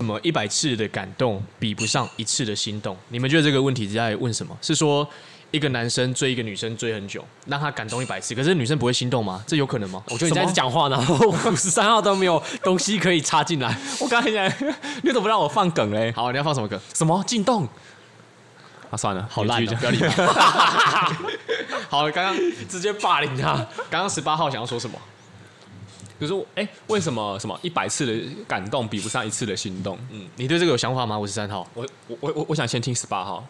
什么一百次的感动比不上一次的心动？你们觉得这个问题在问什么？是说一个男生追一个女生追很久，让他感动一百次，可是女生不会心动吗？这有可能吗？我觉得你在讲话呢，然后五十三号都没有东西可以插进 来。我刚才讲，你怎么不让我放梗嘞？好，你要放什么歌？什么进洞？啊，算了，好烂、你继哦，不续要理我。好，刚刚讲 直接霸凌他。刚刚十八号想要说什么？可是我，哎、为什么什么一百次的感动比不上一次的心动？嗯，你对这个有想法吗？五十三号，我我我我我想先听十八号。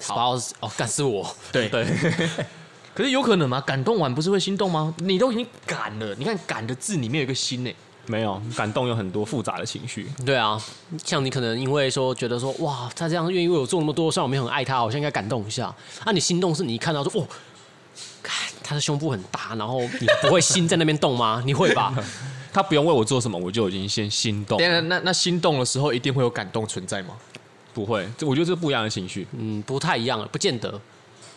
十好号是哦，干是我。对对，可是有可能吗？感动完不是会心动吗？你都已经感了，你看“感”的字里面有一个心呢、 没有感动有很多复杂的情绪。对啊，像你可能因为说觉得说哇，他这样愿意为我做那么多，虽然我没有很爱他，我现在应该感动一下。啊，你心动是你一看到说哦，看他的胸部很大，然后你不会心在那边动吗？你会吧？他不用为我做什么，我就已经先心动当。然，那那心动的时候一定会有感动存在吗？不会，这我觉得这是不一样的情绪。嗯，不太一样了，不见得。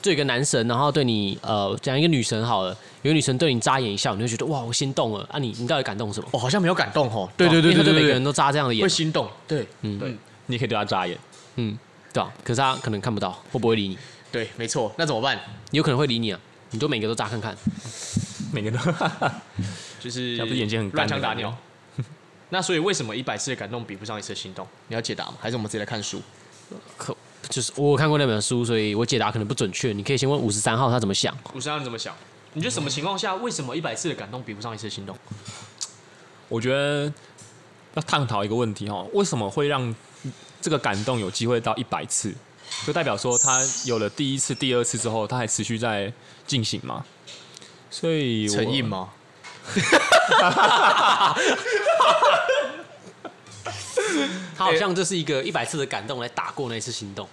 就有一个男神，然后对你呃，讲一个女神好了，有个女神对你眨眼一笑，你就觉得哇，我心动了啊你！你到底感动什么？哦，好像没有感动哦。因为他每个对人都眨这样的眼会，心动。对，嗯，对你也可以对他眨眼。嗯，对啊。可是他可能看不到，会不会理你？对，没错。那怎么办？有可能会理你啊，你就每个都眨看看。每个人都就是这样不是眼睛很乱干的枪打鸟 感。那所以为什么一百次的感动比不上一次的心动？你要解答吗？还是我们直接来看书？可就是我有看过那本书，所以我解答可能不准确。你可以先问五十三号他怎么想。五十二你怎么想？你觉得什么情况下为什么一百次的感动比不上一次的心动？我觉得要探讨一个问题哦，为什么会让这个感动有机会到一百次？就代表说他有了第一次、第二次之后，他还持续在进行嘛？所以我成瘾？吗？他好像这是一个一百次的感动来打过那一次心动。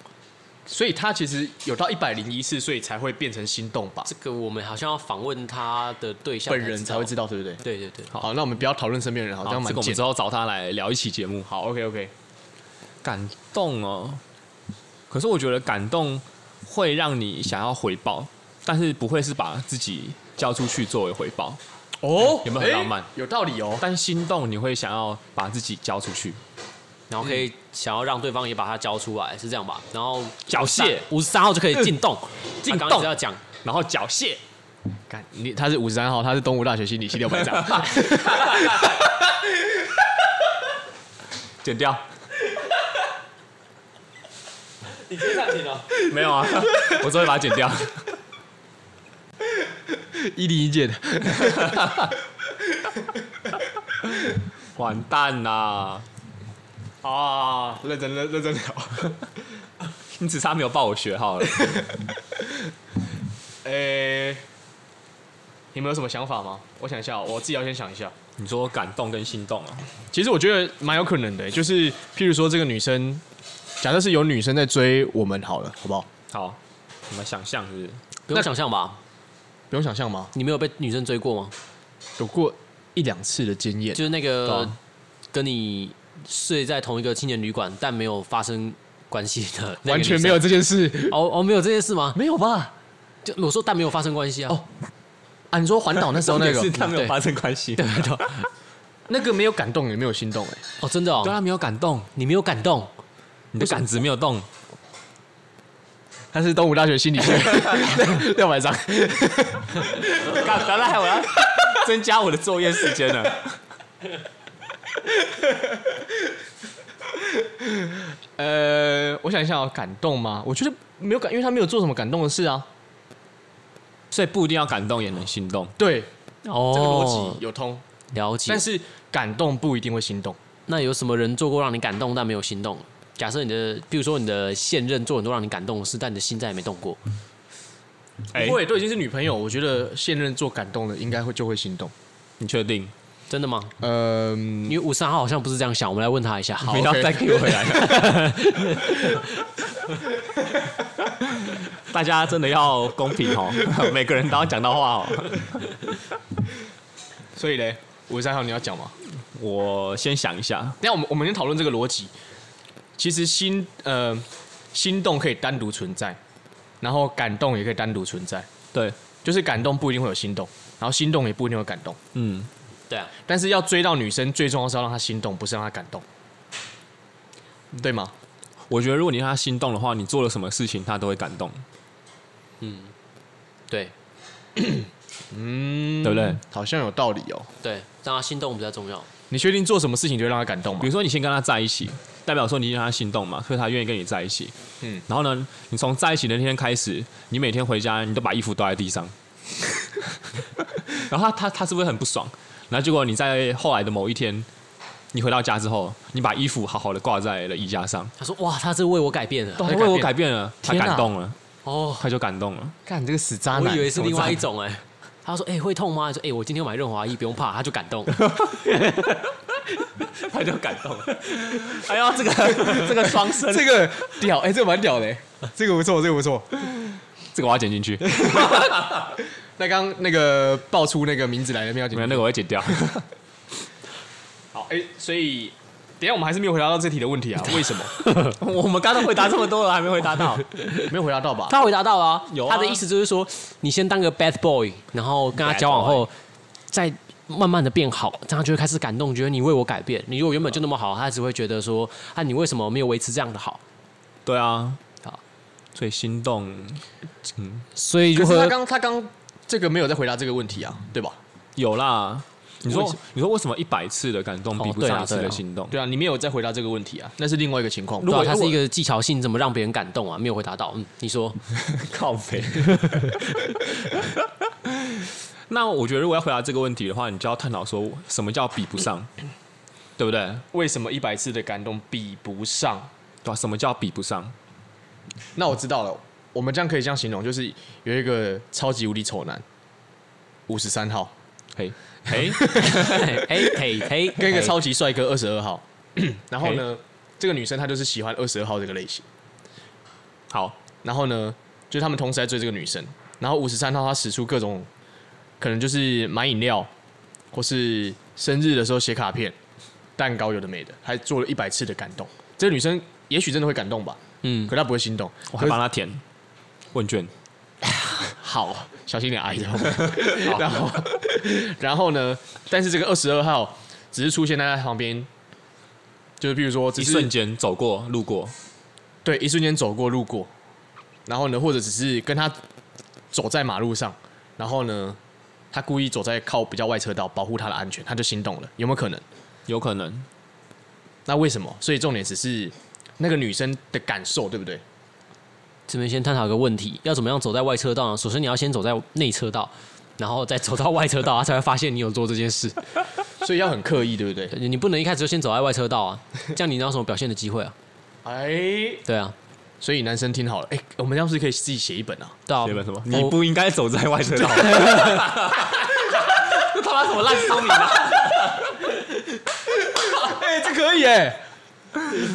所以他其实有到一百零一次，所以才会变成心动吧？这个我们好像要访问他的对象，本人才会知。道，对不对？对对对，好，那我们不要讨论身边人，好好，像啊这蛮个我们贱之。后找他来聊一期节目。好，OK OK，感动哦，可是我觉得感动会让你想要回报，但是不会是把自己交出去作为回报。哦有没有很浪漫有道理哦。但心动你会想要把自己交出去，然后可以想要让对方也把他交出来，是这样吧？然后缴械五十三号就可以进洞，嗯进洞刚刚一直要讲，然后缴械。干你他是五十三号，他是东吴大学心理系六百长。 剪掉。你可以暂停了。没有啊，我只会把它剪掉。一零一届的，完蛋啦！啊，认真认认真聊。你只差没有报我学号了。诶、你们有什么想法吗？我想一下哦，我自己要先想一下。你说感动跟心动啊？其实我觉得蛮有可能的，就是譬如说这个女生，假设是有女生在追我们好了，好不好？好，你们想象是不是？不用想象吧？不用想象吗？你没有被女生追过吗？有过一两次的经验，就是那对个啊跟你睡在同一个青年旅馆，但没有发生关系的那个完全女生没有。这件事，哦哦，没有这件事吗？ 没有吧？就我说但没有发生关系啊。哦啊，你说环岛那时候那个，是他没有 对发生关系。对对那个没有感动，也没有心动、哎，哦，真的哦，他没有感动，你没有感动，你的感值没有动。他是东吴大学心理 系六百张，干，本来我要增加我的作业时间了。 呃，我想一下哦，感动吗？我觉得没有感，因为他没有做什么感动的事啊。所以不一定要感动也能心动。对，哦，这个逻辑有通，了解。但是感动不一定会心动。那有什么人做过让你感动但没有心动？假设你的，比如说你的现任做很多让你感动的事，但你的心再也没动过。哎不会，都已经是女朋友，我觉得现任做感动的，应该会就会心动。你确定？真的吗？嗯因，为五三号好像不是这样想，我们来问他一下。好不要 OK 再 Q 回来了。大家真的要公平哦， 每个人都要讲到话哦。所以嘞，五十三号你要讲吗？我先想一下，那我们我们先讨论这个逻辑。其实心呃心动可以单独存在，然后感动也可以单独存在，对，就是感动不一定会有心动，然后心动也不一定会有感动。嗯，对啊，但是要追到女生，最重要是要让她心动，不是让她感动。对吗？我觉得如果你让他心动的话，你做了什么事情他都会感动， 对嗯，对不对？好像有道理哦。对，让他心动比较重要。你确定做什么事情就会让他感动吗比如？说你先跟他在一起，代表说你让他心动嘛，所以他愿意跟你在一起。嗯嗯，然后呢，你从在一起的那天开始，你每天回家你都把衣服倒在地 上，然后他他他是不是很不爽？然后结果你在后来的某一天，你回到家之后，你把衣服好好的挂在了衣架上，他说：“哇，他是为我改变的他在改为我变改变了，他天感哪动了，哦。他就感动了。看这个死渣”我以为是另外一种。种哎、他说：“哎、会痛吗？”说：“哎、我今天买润滑液，不用怕。”他就感动。他就感 动了。哎呦，这个这个双生， 这个屌，哎、这个蛮屌的、这个不错，这个不错。这个我要剪进去，那刚那个爆出那个名字来的妙姐没，有那个我会剪掉。 好，哎、所以等一下我们还是没有回答到这题的问题啊，为什 么我们刚刚回答这么多了，还没回答到。 没有回答到吧？他回答到啊，有啊他的意思就是说，你先当个 bad boy，然后跟他 Bad 交往后，再慢慢的变好，这样他就会开始感动，觉得你为我改变。你如果原本就那么好，他只会觉得说，啊，你为什么没有维持这样的好？对啊，好，所以心动，嗯，所以可如是他何？啊刚他刚这个没有在回答这个问题啊，对吧？有啦。你为什说么，你说为什么一百次的感动哦比不对啦上一次对的啦心动？对啊，你没有在回答这个问题啊，那是另外一个情况。如果对啊他如是果一个技巧性，怎么让别人感动啊？没有回答到，嗯，你说靠肥。那我觉得，如果要回答这个问题的话，你就要探讨说什么叫比不上，对不对？为什么一百次的感动比不上？对吧、啊什么叫比不上？那我知道了，我们这样可以这样形容，就是有一个超级无敌丑男，五十三号，嘿，嘿， 嘿，哎，嘿，嘿，跟一个嘿超级帅哥二十二 号，然后呢，这个女生她就是喜欢二十二号这个类型。好，然后呢，就是他们同时在追这个女生。然后五十三号他使出各种，可能就是买饮料，或是生日的时候写卡片、蛋糕，有的没的，还做了一百次的感动。这个女生也许真的会感动吧，嗯，可她不会心动。我还帮他填问卷。好，小心点， 阿姨。然后，然后呢？但是这个二十二号只是出现在她旁边，就是譬如说，只一是瞬间走过路过，对，一瞬间走过路过，然后呢，或者只是跟他走在马路上，然后呢，他故意走在靠比较外车道保护他的安全，他就心动了，有没有可能？有可能那为什么？所以重点只是那个女生的感受，对不对？这边先探讨一个问题，要怎么样走在外车道呢？首先你要先走在内车道，然后再走到外车道，他才会发现你有做这件事。 所以要很刻意，对不对？对你不能一开始就先走在外车道啊，这样你哪有什么表现的机会啊？哎，对啊，所以男生听好了，哎，我们要是可以自己写一本啊，对啊，写本什么？我你不应该走在外 车道。这他妈什么烂说明啊？哎，这可以哎，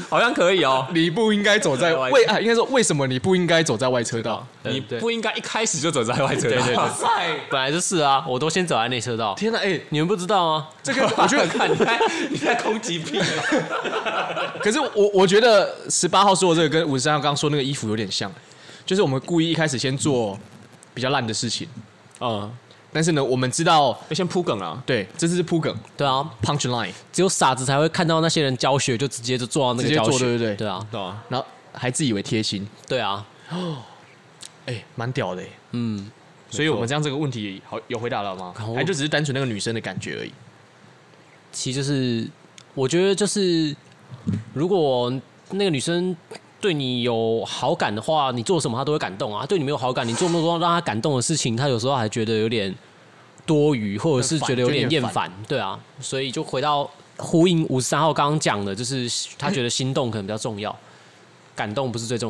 好像可以哦。你不应该走在外为啊，应该说为什么你不应该走在外车道？对你对不应该一开始就走在外车道。对对对塞，本来就是啊，我都先走在内车 道，天哪，哎，你们不知道啊吗？这 个我觉得看你在 你在攻击屁啊！可是我我觉得十八号说的这个跟五十三号刚刚说那个衣服有点像，就是我们故意一开始先做比较烂的事情，嗯，但是呢，我们知道要先铺梗啊。对，这是铺梗对啊， punch line，只有傻子才会看到那些人教学就直接就做到那直接个教做学，对对对对啊，对啊，然后还自以为贴心，对啊，哎、蛮屌的、欸。嗯，所以我们这样这个问题好有回答了吗？好还就只是单纯那个女生的感觉而已。其实就是我觉得就是如果那个女生。对你有好感的话，你做什么她都会感动啊。她对你没有好感，你做那么多让她感动的事情，她有时候还觉得有点多余，或者是觉得有点厌很烦， 对啊。所以就回到呼应五十三号刚刚讲的，就是他觉得心动可能比较重要，感动不是最重要。